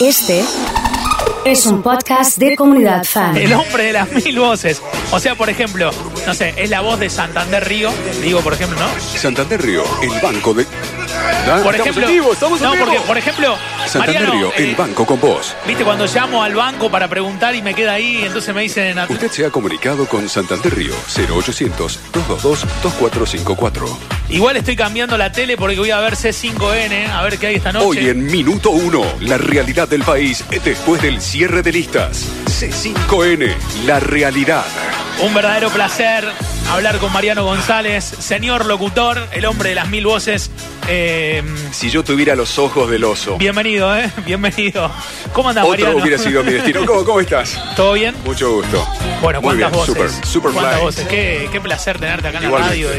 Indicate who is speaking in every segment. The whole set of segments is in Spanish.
Speaker 1: Este es un podcast de comunidad fan.
Speaker 2: El hombre de las mil voces. O sea, por ejemplo, no sé, es la voz de Santander Río, digo por ejemplo, ¿no?
Speaker 3: Santander Río, el banco de. Ah,
Speaker 2: Por
Speaker 3: estamos
Speaker 2: ejemplo,
Speaker 3: en vivo, estamos en
Speaker 2: no,
Speaker 3: vivo.
Speaker 2: porque por ejemplo,
Speaker 3: Santander
Speaker 2: Mariano,
Speaker 3: Río, el
Speaker 2: eh,
Speaker 3: banco con vos.
Speaker 2: Viste cuando llamo al banco para preguntar y me queda ahí, entonces me dicen, "At-
Speaker 3: Usted se ha comunicado con Santander Río 0800 222 2454.
Speaker 2: igual estoy cambiando la tele porque voy a ver C5N, a ver qué hay esta noche.
Speaker 3: Hoy en Minuto 1, la realidad del país después del cierre de listas. C5N, la realidad.
Speaker 2: Un verdadero placer hablar con Mariano González, señor locutor, el hombre de las mil voces. Eh,
Speaker 3: Si yo tuviera los ojos del oso,
Speaker 2: bienvenido, eh, bienvenido. ¿Cómo andas,
Speaker 3: otro
Speaker 2: Mariano?
Speaker 3: hubiera sido mi destino. ¿Cómo, cómo estás?
Speaker 2: ¿Todo bien?
Speaker 3: Mucho gusto.
Speaker 2: Bueno,
Speaker 3: Muy
Speaker 2: cuántas
Speaker 3: bien,
Speaker 2: voces.
Speaker 3: Super, super
Speaker 2: cuántas
Speaker 3: fly.
Speaker 2: voces. Qué, qué placer tenerte acá en la
Speaker 3: Igualmente.
Speaker 2: radio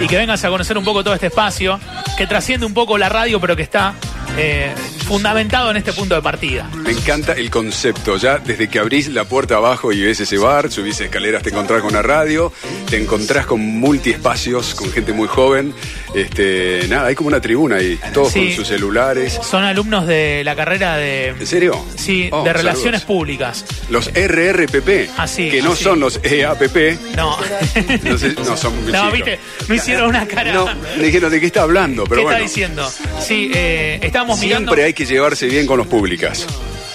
Speaker 2: y, y que vengas a conocer un poco todo este espacio, que trasciende un poco la radio, pero que está eh, fundamentado en este punto de partida.
Speaker 3: Me encanta el concepto, ya desde que abrís la puerta abajo y ves ese bar, subís escaleras, te encontrás con una radio, te encontrás con multiespacios, con gente muy joven, este, nada, hay como una tribuna ahí, todos
Speaker 2: Sí.
Speaker 3: con sus celulares.
Speaker 2: Son alumnos de la carrera de.
Speaker 3: ¿En serio?
Speaker 2: Sí,
Speaker 3: Oh,
Speaker 2: de relaciones
Speaker 3: saludos.
Speaker 2: públicas.
Speaker 3: Los RRPP,
Speaker 2: Así,
Speaker 3: que no
Speaker 2: así.
Speaker 3: son los E EAPP,
Speaker 2: No.
Speaker 3: no, sé- no son muy
Speaker 2: No,
Speaker 3: chicos.
Speaker 2: viste, no hicieron una cara.
Speaker 3: No, me dijeron, ¿de qué está hablando? Pero
Speaker 2: ¿Qué
Speaker 3: bueno,
Speaker 2: está diciendo? Sí, eh, estamos mirando.
Speaker 3: siempre hay que llevarse bien con los públicas,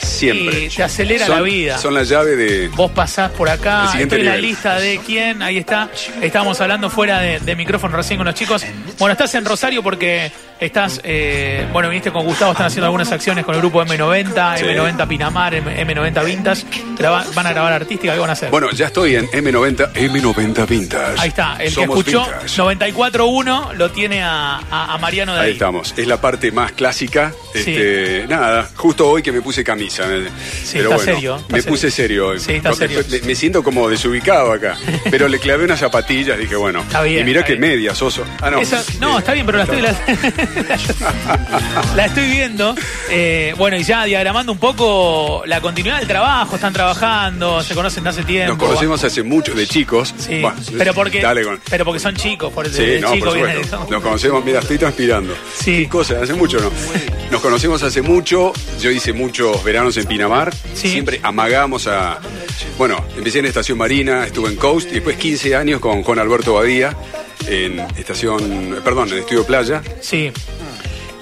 Speaker 3: siempre.
Speaker 2: Y te acelera
Speaker 3: Son-
Speaker 2: la vida.
Speaker 3: Son la llave de...
Speaker 2: Vos pasás por acá,
Speaker 3: El siguiente
Speaker 2: estoy en la
Speaker 3: nivel.
Speaker 2: lista de quién, ahí está. Estábamos hablando fuera de, de micrófono recién con los chicos. Bueno, estás en Rosario porque estás, eh, bueno, viniste con Gustavo, están haciendo algunas acciones con el grupo M90,
Speaker 3: Sí.
Speaker 2: M90 Pinamar, M- M90 Vintage. Graba- van a grabar artística, ¿qué van a hacer?
Speaker 3: Bueno, ya estoy en M90, M90 Vintage.
Speaker 2: ahí está, el
Speaker 3: Somos
Speaker 2: que escuchó
Speaker 3: vintage.
Speaker 2: 94.1 lo tiene a, a- a Mariano de ahí.
Speaker 3: Ahí estamos, es la parte más clásica.
Speaker 2: Sí.
Speaker 3: Este, Nada, justo hoy que me puse camisa. me- pero
Speaker 2: está
Speaker 3: bueno,
Speaker 2: serio, está
Speaker 3: me
Speaker 2: serio.
Speaker 3: puse serio hoy.
Speaker 2: Sí, está
Speaker 3: Porque
Speaker 2: serio.
Speaker 3: le- Me siento como desubicado acá. Pero le clavé unas zapatillas, dije, bueno.
Speaker 2: Está bien,
Speaker 3: y mirá
Speaker 2: está
Speaker 3: que
Speaker 2: bien.
Speaker 3: medias, oso. Ah, no.
Speaker 2: Esa- no,
Speaker 3: Eh,
Speaker 2: está bien, pero la estoy, la, la estoy viendo. Eh, bueno, y ya diagramando un poco la continuidad del trabajo, están trabajando, se conocen de hace tiempo.
Speaker 3: Nos conocemos hace mucho, de chicos.
Speaker 2: Sí,
Speaker 3: Bueno,
Speaker 2: pero, porque,
Speaker 3: Dale con.
Speaker 2: pero porque son chicos, por el,
Speaker 3: Sí,
Speaker 2: el
Speaker 3: no,
Speaker 2: chico
Speaker 3: por
Speaker 2: viene
Speaker 3: supuesto.
Speaker 2: de-
Speaker 3: Nos conocemos, mira, estoy transpirando.
Speaker 2: Sí.
Speaker 3: Qué cosa, hace mucho, ¿no? Nos conocemos hace mucho, yo hice muchos veranos en Pinamar,
Speaker 2: Sí.
Speaker 3: siempre amagamos a... Bueno, empecé en Estación Marina, estuve en Coast, y después 15 años con Juan Alberto Badía, en Estación, perdón, en Estudio Playa,
Speaker 2: Sí,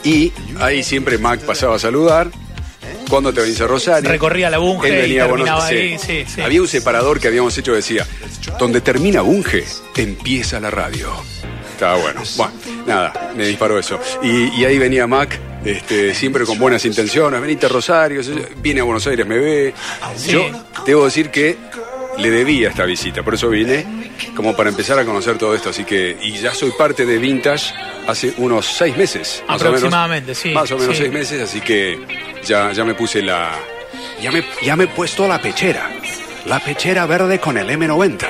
Speaker 3: y ahí siempre Mac pasaba a saludar. Cuando te venís a Rosario?
Speaker 2: Recorría la Bunge
Speaker 3: Él
Speaker 2: y
Speaker 3: venía a Buenos-
Speaker 2: terminaba
Speaker 3: sí.
Speaker 2: ahí, sí, sí.
Speaker 3: Había un separador que habíamos hecho que decía, donde termina Bunge, empieza la radio. Estaba bueno. Bueno, nada, me disparó eso. Y, y ahí venía Mac, este, siempre con buenas intenciones. Venite a Rosario, viene a Buenos Aires, me ve.
Speaker 2: Sí.
Speaker 3: Yo debo decir que le debía esta visita, por eso vine, como para empezar a conocer todo esto. Así que, y ya soy parte de Vintage hace unos seis meses. más o menos.
Speaker 2: Aproximadamente, sí,
Speaker 3: Más o menos
Speaker 2: sí.
Speaker 3: seis meses meses, así que ya, ya me puse la. Ya me, ya me he puesto la pechera. La pechera verde con el M90.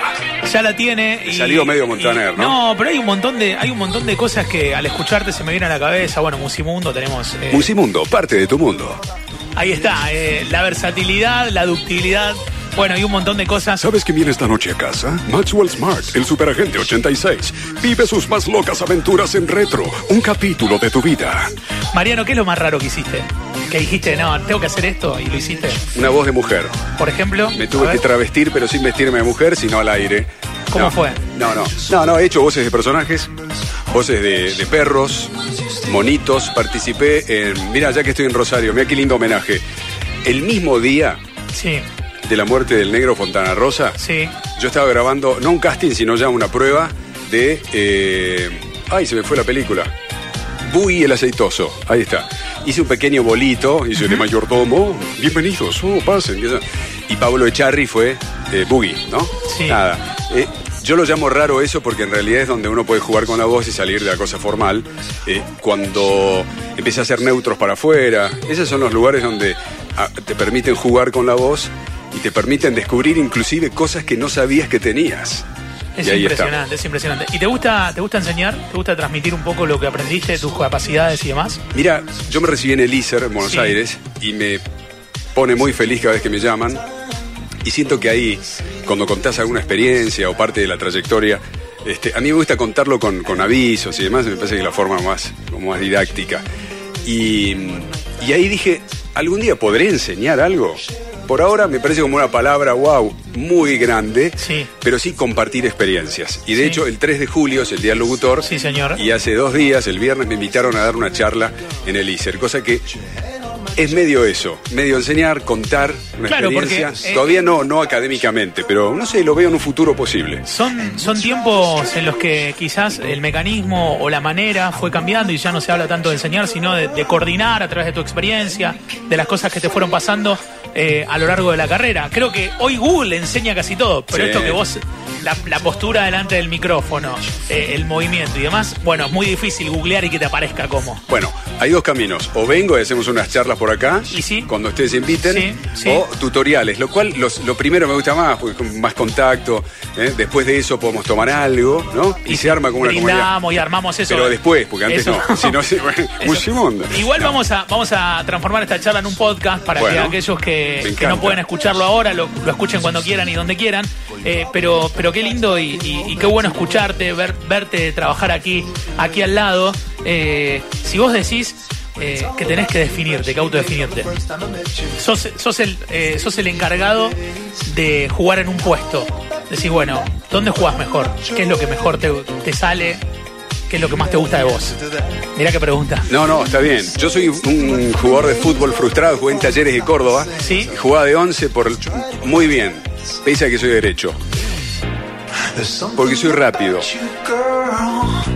Speaker 2: ya la tiene. Y,
Speaker 3: Salió medio Montaner,
Speaker 2: y-
Speaker 3: ¿no?
Speaker 2: No, pero hay un montón de hay un montón de cosas que al escucharte se me vienen a la cabeza. Bueno, Musimundo tenemos. eh,
Speaker 3: Musimundo, parte de tu mundo.
Speaker 2: ahí está, eh, la versatilidad, la ductilidad. Bueno, y un montón de cosas.
Speaker 3: ¿Sabes quién viene esta noche a casa? Maxwell Smart, el superagente 86. Vive sus más locas aventuras en retro. Un capítulo de tu vida.
Speaker 2: Mariano, ¿qué es lo más raro que hiciste? Que dijiste, no, tengo que hacer esto y lo hiciste.
Speaker 3: Una voz de mujer.
Speaker 2: Por ejemplo,
Speaker 3: Me
Speaker 2: a
Speaker 3: tuve que
Speaker 2: ver,
Speaker 3: travestir, pero sin vestirme de mujer, sino al aire.
Speaker 2: ¿Cómo
Speaker 3: No,
Speaker 2: fue?
Speaker 3: No, no. No, no, he hecho voces de personajes, voces de, de perros, monitos. Participé en. Mira, ya que estoy en Rosario, mira qué lindo homenaje. El mismo día
Speaker 2: Sí,
Speaker 3: de la muerte del negro Fontana Rosa,
Speaker 2: sí.
Speaker 3: yo estaba grabando, no un casting, sino ya una prueba de. eh, ay, se me fue la película. Bui el aceitoso. Ahí está. Hice un pequeño bolito, hice de mayordomo. Bienvenidos, oh, pasen. Y eso. Y Pablo Echarri fue eh, Boogie, ¿no?
Speaker 2: Sí.
Speaker 3: Nada. Eh, yo lo llamo raro eso porque en realidad es donde uno puede jugar con la voz y salir de la cosa formal. Eh, cuando empieza a hacer neutros para afuera, esos son los lugares donde ah, te permiten jugar con la voz y te permiten descubrir inclusive cosas que no sabías que tenías.
Speaker 2: Es
Speaker 3: y ahí está.
Speaker 2: impresionante, es impresionante. ¿Y te gusta, te gusta enseñar? ¿Te gusta transmitir un poco lo que aprendiste, tus capacidades y demás?
Speaker 3: Mira, yo me recibí en el ISER en Buenos
Speaker 2: Sí.
Speaker 3: Aires y me pone muy feliz cada vez que me llaman. Y siento que ahí, cuando contás alguna experiencia o parte de la trayectoria, este, a mí me gusta contarlo con, con avisos y demás, me parece que es la forma más, como más didáctica. Y, Y ahí dije, algún día podré enseñar algo. Por ahora me parece como una palabra, wow, muy grande,
Speaker 2: Sí.
Speaker 3: pero sí compartir experiencias. Y de
Speaker 2: Sí.
Speaker 3: hecho, el 3 de julio es el Día del Locutor.
Speaker 2: Sí, señor.
Speaker 3: Y hace dos días, el viernes, me invitaron a dar una charla en el ICER, cosa que es medio eso, medio enseñar, contar una
Speaker 2: Claro, porque,
Speaker 3: experiencia.
Speaker 2: eh,
Speaker 3: Todavía no, no académicamente, pero no sé, lo veo en un futuro posible.
Speaker 2: Son, son tiempos en los que quizás el mecanismo o la manera fue cambiando y ya no se habla tanto de enseñar, sino de, de coordinar a través de tu experiencia, de las cosas que te fueron pasando eh, a lo largo de la carrera. Creo que hoy Google enseña casi todo, pero
Speaker 3: Sí.
Speaker 2: esto que vos, la, la postura delante del micrófono, eh, el movimiento y demás, bueno, es muy difícil googlear y que te aparezca como.
Speaker 3: Bueno, hay dos caminos. O vengo y hacemos unas charlas por acá,
Speaker 2: Y sí.
Speaker 3: cuando ustedes inviten,
Speaker 2: Sí, sí.
Speaker 3: o tutoriales, lo cual los- lo primero me gusta más, porque con más contacto. ¿eh? Después de eso podemos tomar algo, ¿no? Y, se arma como una comunidad.
Speaker 2: Brindamos y armamos eso.
Speaker 3: Pero después, porque antes
Speaker 2: Eso
Speaker 3: no. Si no, se- un chimondo.
Speaker 2: Igual vamos a vamos a transformar esta charla en un podcast para
Speaker 3: Bueno,
Speaker 2: que aquellos
Speaker 3: me
Speaker 2: que, que
Speaker 3: encanta.
Speaker 2: no pueden escucharlo ahora lo, lo escuchen cuando quieran y donde quieran. Eh, pero pero qué lindo y, y- y qué bueno escucharte, ver, verte trabajar aquí aquí al lado. Eh, si vos decís eh, que tenés que definirte, que autodefinirte, sos, sos, el, eh, sos el encargado de jugar en un puesto. Decís, bueno, ¿dónde jugás mejor? ¿Qué es lo que mejor te, te sale? ¿Qué es lo que más te gusta de vos? Mirá qué pregunta.
Speaker 3: No, no, está bien. Yo soy un jugador de fútbol frustrado, jugué en Talleres de Córdoba.
Speaker 2: Sí.
Speaker 3: Jugaba de 11 por muy bien. Pese a que soy derecho. Porque soy rápido.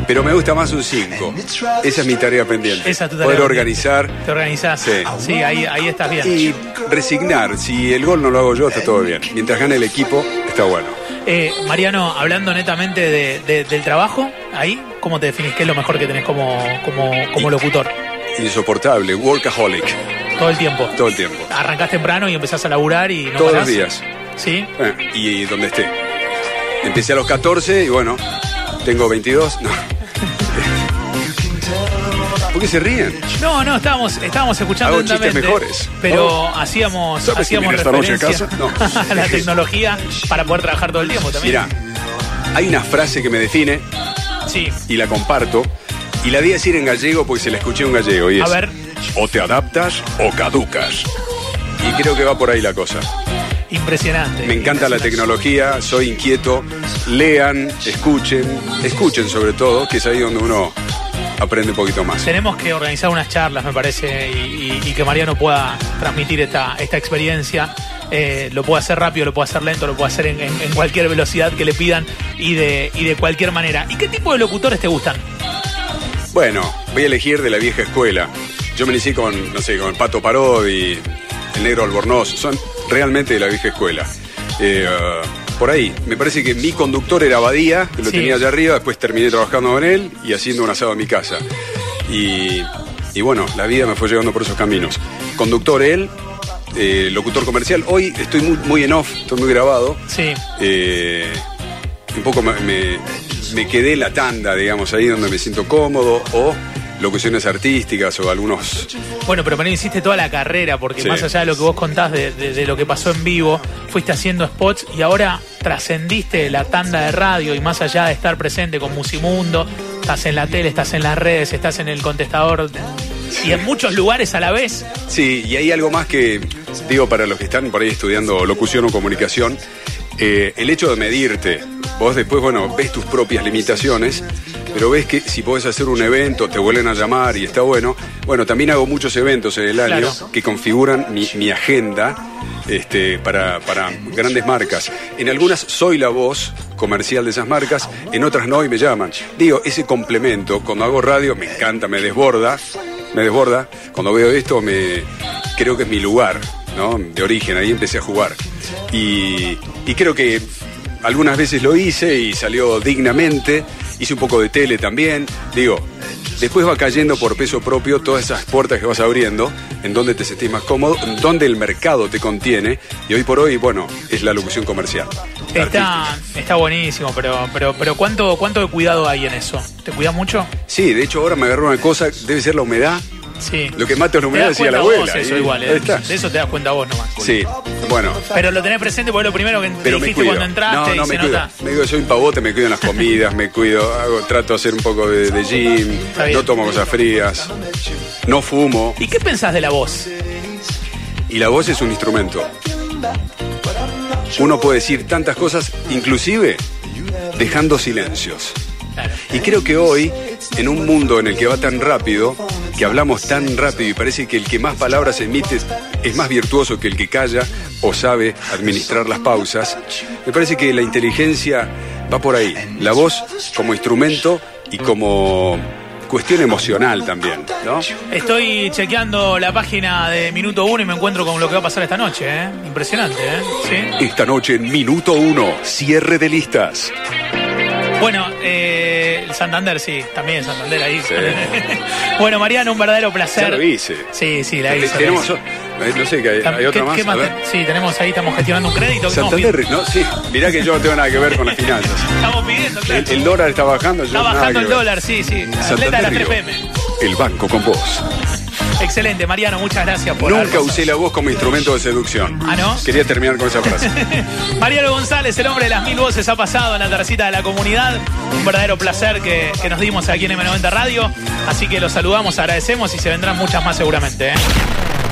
Speaker 3: Pero me gusta más un 5. Esa es mi tarea pendiente.
Speaker 2: Esa es tu tarea
Speaker 3: Poder
Speaker 2: pendiente.
Speaker 3: organizar
Speaker 2: Te organizás.
Speaker 3: Sí.
Speaker 2: Sí, ahí, ahí estás bien.
Speaker 3: y resignar. Si el gol no lo hago yo, está todo bien. Mientras gane el equipo, está bueno.
Speaker 2: Eh, Mariano, hablando netamente de- de- del trabajo, ahí, ¿cómo te definís? ¿Qué es lo mejor que tenés como, como, como locutor?
Speaker 3: Insoportable, workaholic,
Speaker 2: Todo el tiempo.
Speaker 3: todo el tiempo.
Speaker 2: Arrancás temprano y empezás a laburar y no
Speaker 3: Todos
Speaker 2: parás.
Speaker 3: los días.
Speaker 2: Sí.
Speaker 3: Eh, y, y donde esté. Empecé a los 14 y bueno, tengo 22. No. ¿Por qué se ríen?
Speaker 2: No, no, estábamos, estábamos escuchando
Speaker 3: Hago chistes
Speaker 2: atentamente,
Speaker 3: mejores.
Speaker 2: Pero
Speaker 3: Oh.
Speaker 2: hacíamos,
Speaker 3: ¿Sabes
Speaker 2: hacíamos
Speaker 3: que vine esta noche a
Speaker 2: referencia
Speaker 3: casa? No.
Speaker 2: a la tecnología para poder trabajar todo el tiempo también.
Speaker 3: Mirá, hay una frase que me define
Speaker 2: Sí.
Speaker 3: y la comparto. Y la di a decir en gallego porque se la escuché a un gallego. Y
Speaker 2: A
Speaker 3: es,
Speaker 2: ver.
Speaker 3: O te adaptas o caducas. Y creo que va por ahí la cosa.
Speaker 2: Impresionante.
Speaker 3: Me encanta la tecnología, soy inquieto. Lean, escuchen, escuchen sobre todo, que es ahí donde uno aprende un poquito más.
Speaker 2: Tenemos que organizar unas charlas, me parece, y, y- y que Mariano pueda transmitir esta, esta experiencia. Eh, lo puede hacer rápido, lo puede hacer lento, lo puede hacer en, en- en cualquier velocidad que le pidan y de, y de cualquier manera. ¿Y qué tipo de locutores te gustan?
Speaker 3: Bueno, voy a elegir de la vieja escuela. Yo me inicié con, no sé, con Pato Parodi, el Negro Albornoz. Son realmente de la vieja escuela. Eh, ah, por ahí, me parece que mi conductor era Badía, que lo
Speaker 2: Sí.
Speaker 3: tenía allá arriba, después terminé trabajando con él y haciendo un asado en mi casa. Y, y bueno, la vida me fue llevando por esos caminos. Conductor él, eh, locutor comercial. Hoy estoy muy, muy en off, estoy muy grabado.
Speaker 2: Sí,
Speaker 3: Eh, un poco me, me- me quedé en la tanda, digamos, ahí donde me siento cómodo, o locuciones artísticas, o algunos.
Speaker 2: bueno, pero Mariano hiciste toda la carrera, porque
Speaker 3: Sí.
Speaker 2: más allá de lo que vos contás de, de- de lo que pasó en vivo, fuiste haciendo spots y ahora trascendiste la tanda de radio y más allá de estar presente con Musimundo, estás en la tele, estás en las redes, estás en el contestador y en muchos lugares a la vez.
Speaker 3: Sí, y hay algo más que digo para los que están por ahí estudiando locución o comunicación: eh, el hecho de medirte. Vos después, bueno, ves tus propias limitaciones, pero ves que si podés hacer un evento, te vuelven a llamar y está bueno. Bueno, también hago muchos eventos en el año
Speaker 2: Claro.
Speaker 3: que configuran mi, mi agenda este, para, para grandes marcas. En algunas soy la voz comercial de esas marcas, en otras no y me llaman. Digo, ese complemento, cuando hago radio me encanta, me desborda, me desborda. Cuando veo esto me creo que es mi lugar, ¿no? De origen, ahí empecé a jugar. Y, y creo que algunas veces lo hice y salió dignamente, hice un poco de tele también, digo, Después va cayendo por peso propio todas esas puertas que vas abriendo, en donde te sentís más cómodo, en donde el mercado te contiene, y hoy por hoy, bueno, es la locución comercial. la artística.
Speaker 2: Está, está buenísimo, pero, pero, pero ¿cuánto, ¿cuánto de cuidado hay en eso? ¿Te cuidas mucho?
Speaker 3: Sí, de hecho ahora me agarró una cosa, debe ser la humedad.
Speaker 2: Sí.
Speaker 3: Lo que mata es la
Speaker 2: Te
Speaker 3: humedad,
Speaker 2: das
Speaker 3: decía la
Speaker 2: cuenta
Speaker 3: abuela.
Speaker 2: vos eso
Speaker 3: y
Speaker 2: igual, ¿eh?
Speaker 3: ahí está.
Speaker 2: De eso te das cuenta vos nomás.
Speaker 3: Sí, bueno,
Speaker 2: Pero lo tenés presente porque es lo primero que
Speaker 3: pero me
Speaker 2: dijiste
Speaker 3: cuido.
Speaker 2: cuando entraste
Speaker 3: no, no,
Speaker 2: y
Speaker 3: me
Speaker 2: se
Speaker 3: cuido.
Speaker 2: nota.
Speaker 3: Me digo, soy un pavote, me cuido en las comidas, me cuido, hago, trato de hacer un poco de, de gym,
Speaker 2: bien.
Speaker 3: no tomo cosas frías. no fumo.
Speaker 2: ¿Y qué pensás de la voz?
Speaker 3: Y la voz es un instrumento. Uno puede decir tantas cosas, inclusive dejando silencios. Y creo que hoy, en un mundo en el que va tan rápido, que hablamos tan rápido y parece que el que más palabras emite es más virtuoso que el que calla o sabe administrar las pausas, me parece que la inteligencia va por ahí. La voz como instrumento y como cuestión emocional también, ¿no?
Speaker 2: Estoy chequeando la página de Minuto 1 y me encuentro con lo que va a pasar esta noche, ¿eh? Impresionante, ¿eh? ¿Sí?
Speaker 3: Esta noche en Minuto 1, cierre de listas.
Speaker 2: Bueno, eh, el Santander sí, también Santander ahí.
Speaker 3: Sí.
Speaker 2: bueno, Mariano, un verdadero placer.
Speaker 3: Ya lo hice.
Speaker 2: Sí, sí, la hice. la
Speaker 3: Tenemos, eh,
Speaker 2: hice.
Speaker 3: no sé, que hay, hay
Speaker 2: ¿Qué-
Speaker 3: otra más.
Speaker 2: qué
Speaker 3: A
Speaker 2: más
Speaker 3: ver.
Speaker 2: ten- Sí, tenemos ahí, estamos gestionando un crédito. que estamos pidiendo-
Speaker 3: Santander, no, sí, mirá que yo no tengo nada que ver con las finanzas.
Speaker 2: Estamos pidiendo, claro.
Speaker 3: El, el dólar está bajando, yo
Speaker 2: Está
Speaker 3: nada
Speaker 2: bajando
Speaker 3: que
Speaker 2: el
Speaker 3: ver.
Speaker 2: dólar, sí, sí.
Speaker 3: Santander
Speaker 2: Atleta de las 3
Speaker 3: Río,
Speaker 2: PM.
Speaker 3: El banco con vos.
Speaker 2: Excelente, Mariano, muchas gracias por
Speaker 3: Nunca
Speaker 2: habernos-
Speaker 3: usé la voz como instrumento de seducción.
Speaker 2: Ah, ¿no?
Speaker 3: Quería terminar con esa frase.
Speaker 2: Mariano González, el hombre de las mil voces, ha pasado en la tercita de la comunidad. Un verdadero placer que, que nos dimos aquí en M90 Radio. Así que los saludamos, agradecemos y se vendrán muchas más seguramente. ¿eh?